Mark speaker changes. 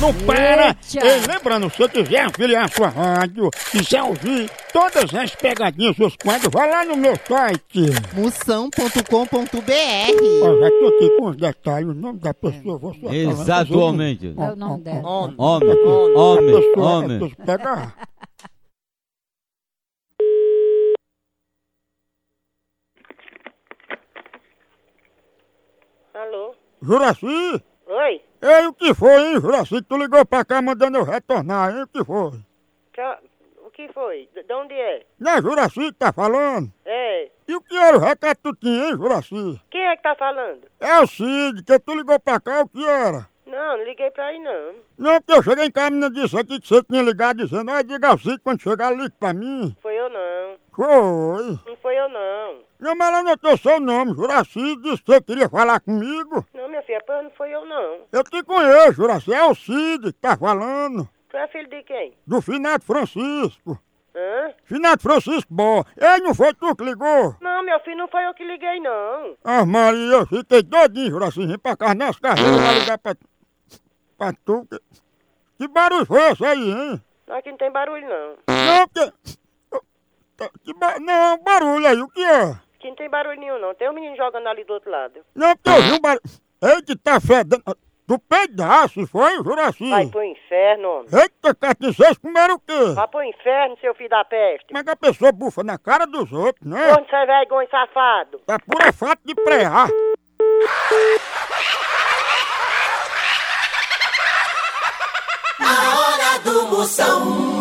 Speaker 1: não para.
Speaker 2: Eita.
Speaker 1: E lembrando, se você quiser afiliar a sua rádio, quiser ouvir todas as pegadinhas, os quadros, vai lá no meu site.
Speaker 3: Moção.com.br
Speaker 1: Ó, já tô aqui com os detalhes, o nome da pessoa, eu vou só falar, mas eu não-
Speaker 4: Exatamente.
Speaker 1: Ó,
Speaker 2: É o nome
Speaker 1: ó,
Speaker 2: dela.
Speaker 1: ó, ó,
Speaker 4: Homem,
Speaker 1: a
Speaker 4: homem,
Speaker 1: pessoa- a
Speaker 4: homem.
Speaker 1: pessoa- Pega.
Speaker 5: Alô?
Speaker 1: Juraci,
Speaker 5: Oi?
Speaker 1: ei, o que foi, hein, Juraci? Tu ligou pra cá mandando eu retornar, hein, o que foi?
Speaker 5: Ca- O que foi? De de onde é?
Speaker 1: Não, Juraci que tá falando.
Speaker 5: É.
Speaker 1: E o que era o recado que tu tinha, hein, Juraci?
Speaker 5: Quem é que tá falando?
Speaker 1: É o Cid, que tu ligou pra cá, o que era?
Speaker 5: Não, não liguei pra aí não.
Speaker 1: Não, porque eu cheguei em casa, a menina disse aqui que você tinha ligado dizendo, ó, diga ao Cid quando chegar, liga pra mim.
Speaker 5: Foi eu não.
Speaker 1: Foi.
Speaker 5: Não foi eu não.
Speaker 1: Não, mas ela anotou seu nome, Juraci, disse que você queria falar comigo.
Speaker 5: Não, minha filha, pois não foi eu não.
Speaker 1: Eu te conheço, Juraci, é o Cid que tá falando,
Speaker 5: Tu é filho de quem?
Speaker 1: do Finado Francisco.
Speaker 5: Hã?
Speaker 1: Finado Francisco Bó, ei, não foi tu que ligou?
Speaker 5: Não, meu filho, não foi eu que liguei não.
Speaker 1: Ah, Maria, eu fiquei doidinho, Juraci, vim pra casa nas carreiras pra ligar pra, pra tu. Que, que barulho foi esse aí, hein?
Speaker 5: Aqui não tem barulho não.
Speaker 1: Não, que... Tá, que ba- Não, barulho aí, o que é?
Speaker 5: Aqui não tem barulho nenhum não. Tem um menino jogando ali do outro lado.
Speaker 1: Não, porque eu vi um barulho... Eita, tá fedendo... Do pedaço, foi, Juraci?
Speaker 5: Vai pro inferno, homem.
Speaker 1: Eita, Catinho, vocês comeram o quê?
Speaker 5: Vai pro inferno, seu filho da peste.
Speaker 1: Como é que a pessoa bufa na cara dos outros, né?
Speaker 5: Onde você é vergonha, safado?
Speaker 1: Tá pura fato de prear.
Speaker 6: A hora do Moção.